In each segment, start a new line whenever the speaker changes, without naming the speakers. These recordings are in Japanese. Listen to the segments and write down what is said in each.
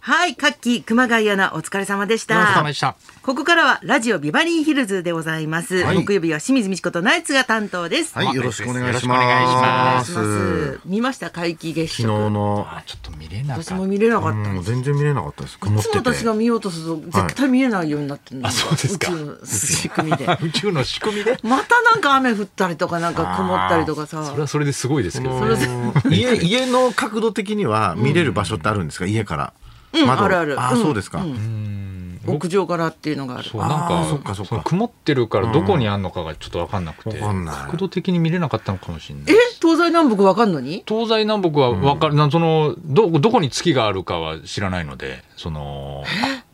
はい、カッキー熊谷アナ、お疲れ様でし
お疲れ
た
様で。した。
ここからはラジオビバリーヒルズでございます。
はい
木曜日は清水美智子とナイツが担当です。
い
はい、よろしくお願いし
よろしくお願いし
ま。
ます
お願いします見ました皆既月
昨日
食。
の、
あ、ちょっと見れなかっ
私
た。
も見れなか
う
った。
ん、全然見れなかったです。曇
い
っ
つ
て
も
て。
私が見ようとすると絶対見れないようになってるの、
あそうですか
宇宙の仕組みで
宇宙の仕組みで。
またなんか雨降ったりとかなんか曇ったりとかさ
それはそれですごいですけど
あ
ね。
の家、家の角度的には見れる場所ってあるんですか、家か
うん
ら。窓
あるある
あ
う
ー、
ん
そうですか。
屋上からっていうのがある
そうなん
あ
か
ーそっかそっか
の曇ってるからどこにあんのかがちょっと分かんなくて、
わかんない
角度的に見れなかったのかもしれな
え
い。
東西南北わかんのに
東西南北は分かる、なそのどどこに月があるかは知らないので、その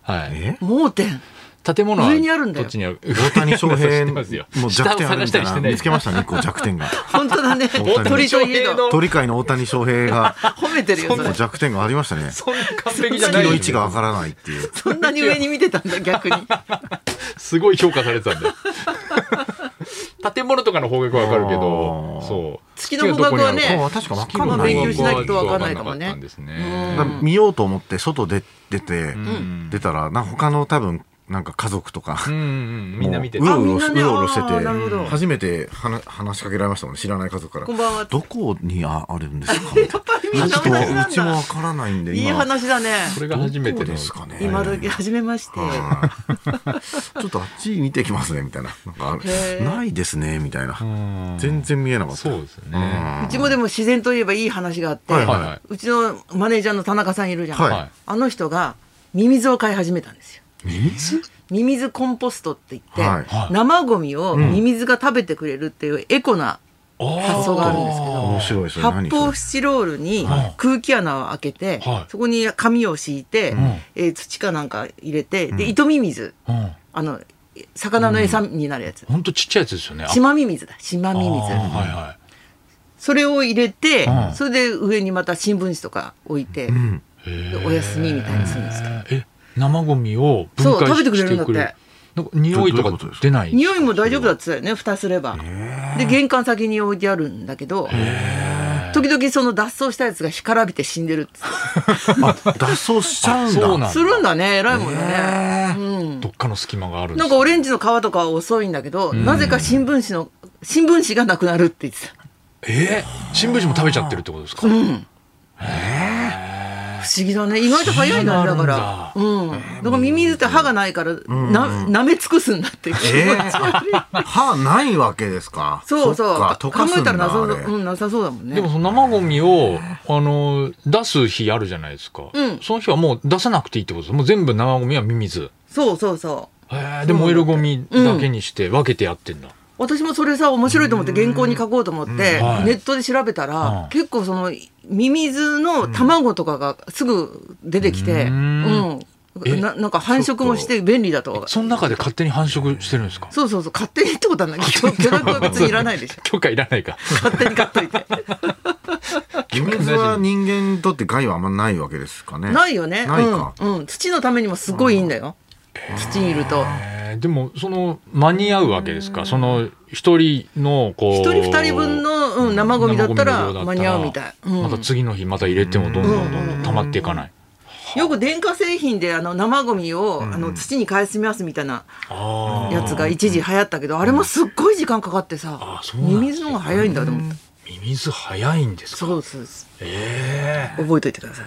はい
え
盲点
建物は
上にあるんだよ
どっちにある
大谷翔
知っ
平
て
の
ますよ
もう弱点あ
下を
る
探したり
みた
し
いな
てない
見つけましたねこう弱点が
本当だね
大谷
鳥といえど
の
鳥界の大谷翔平が
褒めてるよ
こ
そうれ
弱点がありましたね
そんな完璧じゃ
月
ない
の位置がわからないっていう
そんなに上に見てたんだ逆に
すごい評価されてた んだよ建物とかの方角は分かるけど
あー
そう
月の方角はね
あー確かわかん
な
ないい
勉強しないとわかんないか
か
もね
ったんですね
うん
だから見ようと思って外で出て
ん
出たらな他の多分なんか家族とか
うんうんみんな見て
う
た
あ
ろうろし
みんなね
うろうろして
あーなるほど
て初めて話話しかけられましたもんね知らない家族から
こんばんは
どこにああるんで すかみたい
ぱりみん
な
な
ちょっ
同
と
じなんだ
うちもわからないんで
いい話だね
それが初めて
どこ
の
ですかね
今時初めまして
はいちょ っとあっち見てきますねみたいななんかある
へー
ないですねみたいな
うん
全然見えなかった
そうですね
うちもでも自然といえばいい話があって、
はい
はいはいう
ちのマネージャーの田中さんいるじゃん、
はい
はい
あの人がミミズを飼い始めたんですよ。
水
ミミズコンポストって言って、
はい
はい
生ゴミをミミズが食べてくれるっていうエコな発想があるんですけど
面白いそれ
発
何そ
泡
れ
スチロールに空気穴を開けて、
はい
そこに紙を敷いて、
ん
えー土かなんか入れて、で糸ミミズ
うん
あの魚の餌になるやつ、
ほんとちっちゃいやつですよねあ
島ミミズだ島ミミ
あ
ズ
ーはいは
それを入れて、
うん
それで上にまた新聞紙とか置いて、
うん
いへ
で
ー
お休みみたいにするんですけど
え生ゴミを
そ
分
う
解
食べてくれ
し
るん
て
だっ
く
て
れるなんか匂いと
どどういうこと
か
ですか
出ない
匂いも大丈夫だって言ってたよね蓋すれば、で玄関先に置いてあるんだけど時々その脱走したやつが干からびて死んでるって
あ脱走しちゃうんだ
そうなん
するんだね偉いもんね、
へー
どっかの隙間があるんで
な
す
んかオレンジの皮とかは遅いんだけどなぜか新聞紙の新聞紙がなくなるって言ってた
えー新聞紙も食べちゃってるってことですか
不思議だね意外と早いんだねだ
そ
か
う
ら
な
うんだからミミズって歯がないからな舐め尽くすんだって気持ち 悪い
歯ないわけですか
そうそう
そっか
考
溶かす
え
ん
たらな
だ
さそ
あ
う
れ
うんなさそうだもんね
でもその生ゴミを、あの、出す日あるじゃないですか。
うん
その日はもう出さなくていいってことです。もう全部生ゴミはミミズ。
そうそうそう
へーで、燃えるゴミだけにして分けてやってんだ。
私もそれさ面白いと思って原稿に書こうと思ってネ
うんはい
ットで調べた
う
ら
ん
結構そのミミズの卵とかがすぐ出てきて
う
うんん
え
ななんか繁殖もして便利だと
その中で勝手に繁殖してるんですか
そうそうそう勝手にってことはない許許諾は別にいらないでしょ
許可いらないか。
勝手に買っといて
ミミズは人間にとって害はあんまないわけですかね
ないよね
ないか
うんうん、土のためにもすごいいいんだよ土にいると
へーでも、その、間に合うわけですかその、一人の、こう。
一人二人分の、うん、生ゴミだったら
生ゴミの量だったら
間に合うみたい、うん
また次の日また入れてもどんどんどんどん溜まっていかない。
よく電化製品であの生ゴミをあの土に返しますみたいな
あー
やつが一時流行ったけどあれもすっごい時間かかってさ
あそうなん
ミ
で
ミズ
すね
の方が早いんだと思った
ミミズ早いんですか
そうそうです
え
覚えといてください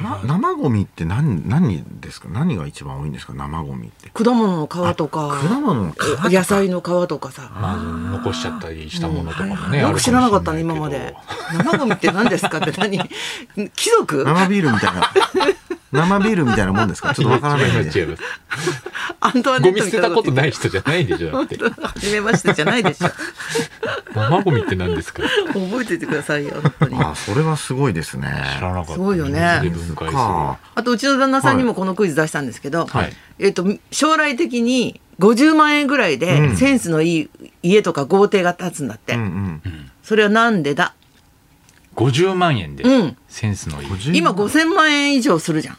な生ゴミって何何ですか何が一番多いんですか生ゴミって
果物の皮とか
果物の皮とか
野菜の皮とかさ
えまあ、残しちゃったりしたものとかもね。
よく知らなかったね
ある
今
も
ま
しれないけ
で
ど
生ゴミって何ですかって何 貴族
生ビールみたいな 生ビールみたいなもんですかちょっとわからないん
違う
で
違う違う
アントワネ
ゴ
ットみた
ミ捨て
いな
たこと
い
ない人じゃないでしょ。だって
初めましてじゃないでしょ
生ゴミって何ですか。知
覚えといてくださいよ本当に
あそれはすごいですね
らなかった。
すごいよね
水で分解する。
か
あとうちの旦那さんにもこのクイズ出したんですけど、
はい
えっと将来的に50万円ぐらいでセンスのいい家とか豪邸が建つんだって、
うんうん
それはなんでだ
五十万円で
うん
センスのいい。
50
今5000万円以上するじゃん、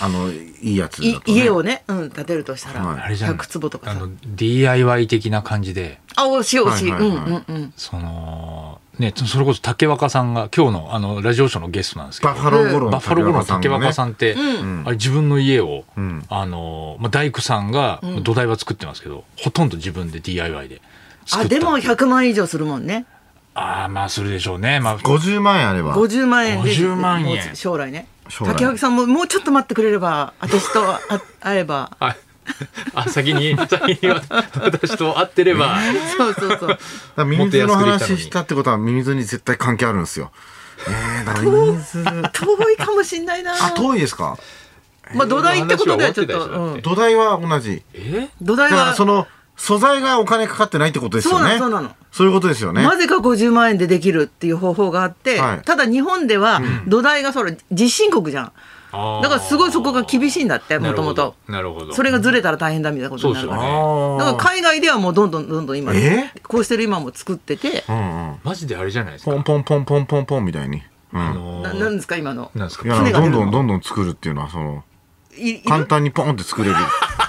あのいいやつ
い
だとね
家をね、うん、建てるとしたら、
はい
あれじゃん。
100坪とか
あ
さ
の DIY 的な感じで、
あ惜しい惜しい、
はいはいはい
うんうんうん
そのね、それこそ竹若さんが今日のあのラジオショーのゲストなんですけど
バッファローゴロ
バッ
の
ファローゴロの
竹
竹
若
若
さ
さ
ん
んって、
うん
あれ自分の家を、
ん
あのまあ、大工さんが土台は作ってますけど、ほとんど自分で DIY で
あ
作った
でも
っていう
100万円以上するもんね
ああまあするでしょうね、まあ、
五十万円あれば
50万円で
50万円
もう将来ね
将来
竹脇さんももうちょっと待ってくれれば私とあ会えば
ああ先に先に私と会ってれば
そうそうそう
だからミミズの
もっと安くできたの
話
に
したってことはミミズに絶対関係あるんですよ。えー、だからミ ミズ。
遠いかもしんないな
あ、遠いですか
まあ土台ってことではちょっ
話は終
と、う
わって
ん
た
土台は同じ。
え
土
だ
台
から
は
その素材がお金かかってないってことですよね。
そうなのそうなの
そういうことですよね。
なぜか50万円でできるっていう方法があって、
はい
ただ日本では土台がそれ実進国じゃん、
あー
だからすごいそこが厳しいんだってもともと
なるほどなるほど
それがずれたら大変だみたいなことになるか
そう
ら、
ですよね
だから
あ
海外ではもうどんどんどんどん今、
え
こうしてる今も作ってて
あ。、うんうん。
マジであれじゃないですか
ポンポンポンポンポンポンみたいに。うん。
あ
い
の
な
ー
なんですか今の
なんですか
や、
船が
ど
出
ん
るの
どんどんどん作るっていうのはその、
いいる
簡単にポンって作れる。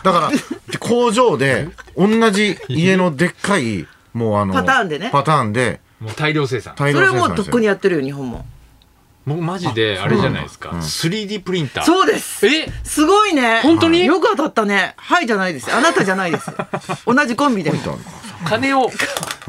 だから、で工場で同じ家のでっかい、もうあの、
パターンでね
パターンで
もう大量生産
大
そ
量
れ
生
は
産
もうとっくに
に。
やってるよ日本も
もうマジであれじゃないですか、
あそうなんだ
3D プリンター
そうです
え
すごいね
本当に
よく当たったねはいじゃないですあなたじゃない です同じコンビでも
金を、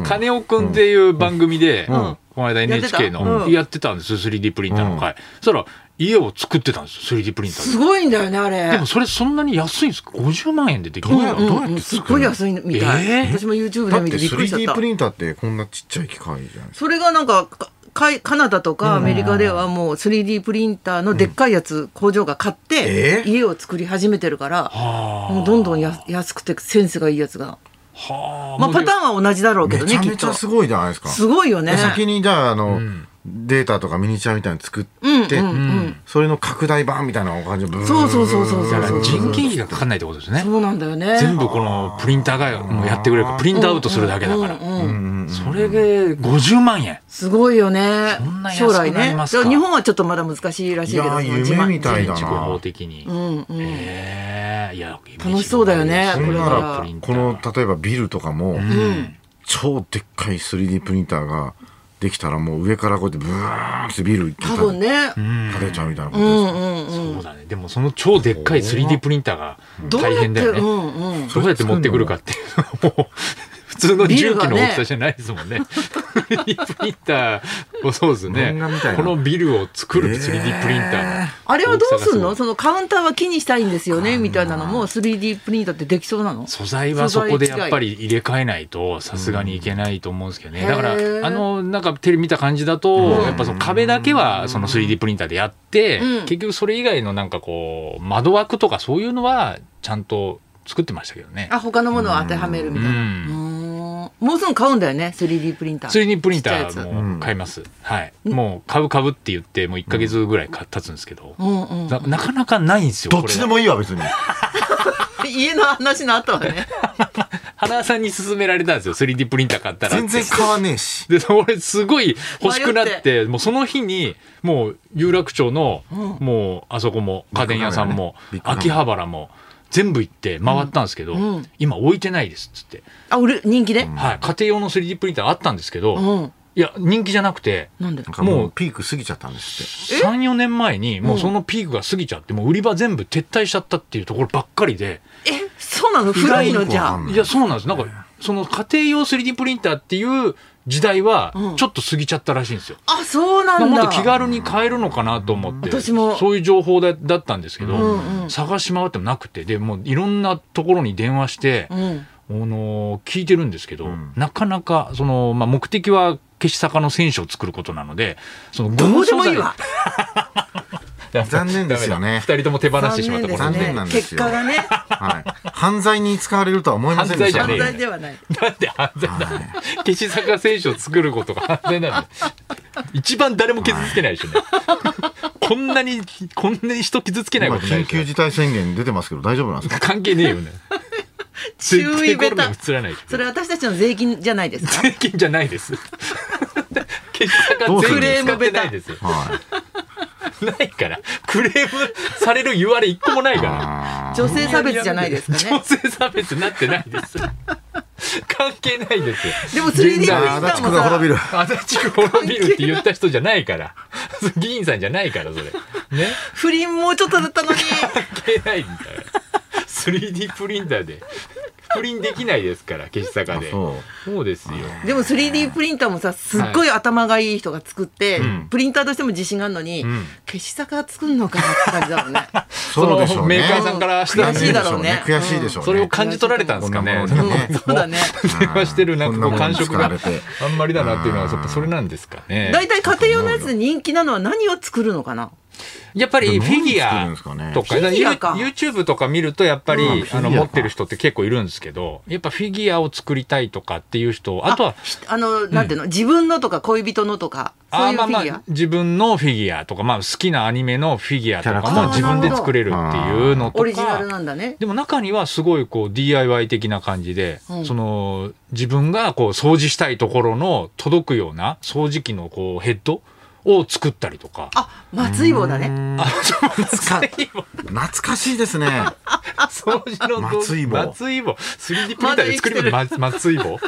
金尾くんっていう番組で、
ん
この間
やってた
NHK の
うん
やってたんですよ、3D プリンターの回。そしたら、家を作ってたんですよ、3D プリンター
す
で。
ごいんだよねあれ
でもそれそんなに安いんですか ?50 万円でできる
どうや
の
どうやっ
うん
て
すっ
作
ご
る
い
の
安いみたい、
えー
私も YouTube
だ
で
っ
見
て
てびっくりしちゃっ
3D
た
プリンターってこんなちっちゃい機械じゃないですか。
それがなんかかかいカナダとかアメリカではもう 3D プリンターのでっかいやつ、工場が買って
えー
家を作り始めてるから、
はあ
もうどんどんや安くてセンスがいいやつが、
はあ
まあ、パタ
ーン
ーンは同じだろうけ
め
ど
ち
ね
ゃ
きっ
めちゃ
と
すごいじゃないですか。
すごいよね
先にじゃああの、
ん
データとかミニチュアみたいなの作って、
うんうんうん
それの拡大版みたいな感じでブーン
そうそうそうそうそうそう
人件費がかかんないってことですね
そ。うなんだよね
全部このプリンターがもうやってくれるから、プリントアウトするだけだから。
うんうん
それで50万円。
すごいよね
そんな安
将来
くなり
ね
ますか
だから日本はちょっとまだ難しいらしいけど
いやー
その自慢
夢みたいだな
自法的に。
うんうん
ええいや、
楽しそうだよね
それな
こ
ら
プリンタ
こ
ー
の例えばビルとかも、超でっかい 3D プリンターができたらもう上からこうやってブーンってビル一気
多
に
分ね
建てちゃうみたいなこ
う
とです
ん
よ、
うんうん
そうだね。でもその超でっかい 3D プリンターが
どう
大
やって、
変だよね。
う
ど
んうん
うやって持ってくるかっていうのもう普通の
ビル
重
が
機
ね
の大きさじゃないですもんね。3D プリンターをそうですね
漫画みた。い
こ
な
のビルを作る 3D プリンターの。
あれはどうすん
大きさが
の
す
そのカウンターは木にしたいんですよねみたいなのも 3D プリンターってできそうなの
素材はそこでやっぱり入れ替えないとさすがにいけないと思うんですけどね、
うん
だから
へー
あのなんかテレビ見た感じだと、やっぱその壁だけはその 3D プリンターでやって、
うん
結局それ以外のなんかこう窓枠とかそういうのはちゃんと作ってましたけどね
あ他のものを当てはめるみたいな
う
うんーんもうすぐ買うんだよね 3D プリンター
3D プリンタ
ちっちゃい
ー
や
も買います、はいもう買う買うって言ってもう1か月ぐらいか経つんですけど、
つうんうん
ななかなかないんですよ
どっちで
こ
もいいわ別に
家の話の後は ね
れが花輪さんに勧められたんですよ 3D プリンター買ったらって
全然買わねえし
で、俺すごい欲しくなっ、
迷って
もうその日に、もう有楽町の、
う
もうあそこも、家電屋さんも
ビッ、グカメラね
秋葉原も、全部行って回ったんですけど、
うんうん
今置いてないですっつって、
あ売る人気で
はい、家庭用の 3D プリンターあったんですけど、
うん
いや、人気じゃなくて、
なんで
なんかも
もう
うピーク過ぎちゃったんですって
3、4年前に、もうそのピークが過ぎちゃって、もう売り場全部撤退しちゃったっていうところばっかりで、
えそうなの古いのじゃ
う
あ
ん
いや、そうなんです。なんか、その家庭用 3D プリンターっていう時代は
う、ん
ちょっと過ぎちゃったらしいんですよ。
あそうなん
もっ
だ
と気軽に買えるのかなと思って、
私も
そういう情報だだったんですけど、
うんうん
探し回ってもなくてでもういろんなところに電話して、
うん
あの聞いてるんですけど、
ん
なかなかその、まあ、目的は消し坂の選手を作ることなのでその
どうでもいいわ
残念ですよ ね
2人とも手放してしまったこと
残念
で
で。なんすよ
結果がね
はい、犯罪に使われるとは思いませんでした
犯
犯
罪
罪で
じゃねえ
はない
なんで犯罪なの 消し坂選手を作ることが犯罪なの一番誰も傷つけないでし ょうね。こんなに、こんなに人傷つけない
今
ことない
緊
でしょ
急事態宣言出てますけど大丈夫なんですか
関係ねえよね。
注意ベタ
絶対コロナ映らないでしょ
それ私たちの税金じゃないですか
税金じゃないです。決して
どうす
税
るん
か
金使って
です
ないですよ。
はい
ないから。クレームされる言われ一個もないから。
あー
女性差別じゃないですかね
女性差別になってないです。関係ないですよ
でも 3D プリンター
ああ
も
足立区が
さ
滅びる
足立区滅びるって言った人じゃないから議員さんじゃないからそれね
不倫もうちょっとだったのに
関係ないんだから 3D プリンターで不倫できないですから消し坂で
あそう
そうですよ
でも 3D プリンターもさすっごい頭がいい人が作って、
うん
プリンターとしても自信があるのに、
うん
消し坂作んのかなって感じだもん ね
そうでしょう
メ
ね
ーカーさんからしたら
悔しいだろうね
悔しいでしょうね
それを感じ取られたんですかね
こんなものに
ねそうだね
電話 してるなんかこう感触が
こんなものに使わ れて
あんまりだなっていうのはやっぱそれなんですかね
大体家庭用のやつで人気なのは何を作るのかな
やっぱりフィギ
何作るんですか
ュア
ね
とか
フィギュアか
You- YouTube とか見るとやっぱり、
うんフィギュ
あ
ア
の
か
持ってる人って結構いるんですけどやっぱフィギュアを作りたいとかっていう人あとは
ひあのなんていうの、自分のとか恋人のとかそういうフィギュア、
あーまあまあ自分のフィギュアとか、まあ、好きなアニメのフィギュアと
キャラ
か
クタ
も
ー
自分で作れるっていうのと
オリジナル
か
なんだね
でも中にはすごいこう DIY 的な感じで、
うん
その自分がこう掃除したいところの届くような掃除機のこうヘッドを作ったりとか。
あ松井棒だね
ね
あそう松井棒
懐かしいですね
掃除の道具
松井棒
松井棒 3D プリンターで作れるま松 井棒久々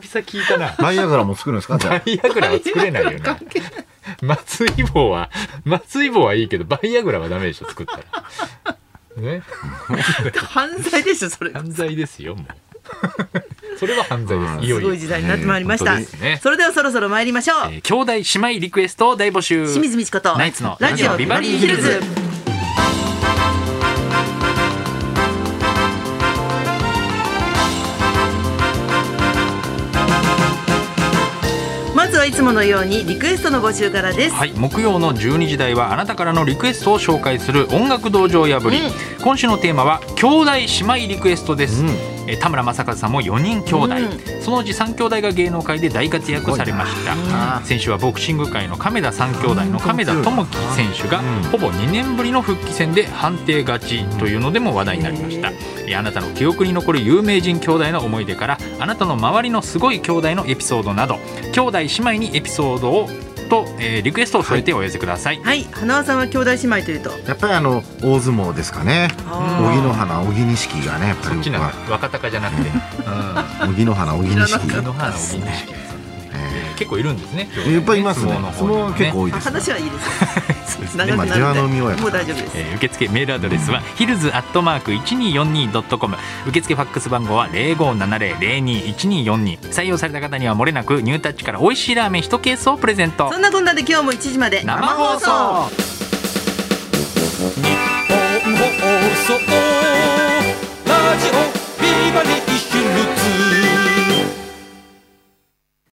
聞いたな
バイアグラも作るんですかじゃ
バ
あ
イアグ ラは作れないよね。松井棒は、松井棒はいいけど、バイアグラはダメでしょ、作ったら。ね。
犯罪でしょそれ
犯罪ですよ、もう。それは犯罪です。いよ
す
いよ。
ごい時代になってまいりました、
ね本当ですね
それではそろそろ参りましょう、
えー兄弟姉妹リクエストを大募集。
清水美智子と
ナイツの
ラジオビバリーヒルズまずはいつものようにリクエストの募集からです、
はい、木曜の12時台はあなたからのリクエストを紹介する音楽道場破り、
う
今週のテーマは兄弟姉妹リクエストです、
うん
えー田村正和さんも4人兄弟、そのうち3兄弟が芸能界で大活躍されました
な
先週はボクシング界の亀田3兄弟の亀田智樹選手が
うん
ほぼ2年ぶりの復帰戦で判定勝ちというのでも話題になりましたえーあなたの記憶に残る有名人兄弟の思い出からあなたの周りのすごい兄弟のエピソードなど兄弟姉妹にエピソードをと、えーリクエストを添えてお寄せください、
はい花輪さんは兄弟姉妹というと
やっぱりあの大相撲ですかね
あー
荻野花荻錦がねやっぱ
そ
り
っち
僕
なん
は
だ若隆じゃなくて、う
荻野 花荻
ん、
錦
井ノ原の銀錦
え
結構いるんですね
ーやっぱりいますね
相撲の
相
方に
撲
も
は
ね
結構多いですね
話はいいです
そうですね
長く
でも
な
出
る
羽
ん
海をや
で
っぱ
もう大丈夫です、
えー受付メールアドレスはヒルズアットマーク 1242.com 受付ファックス番号は0570-021242採用された方にはもれなくニュータッチから美味しいラーメン1ケースをプレゼント
そんなこんなで今日も1時まで
生放
日
送
本放送ラジオビバリー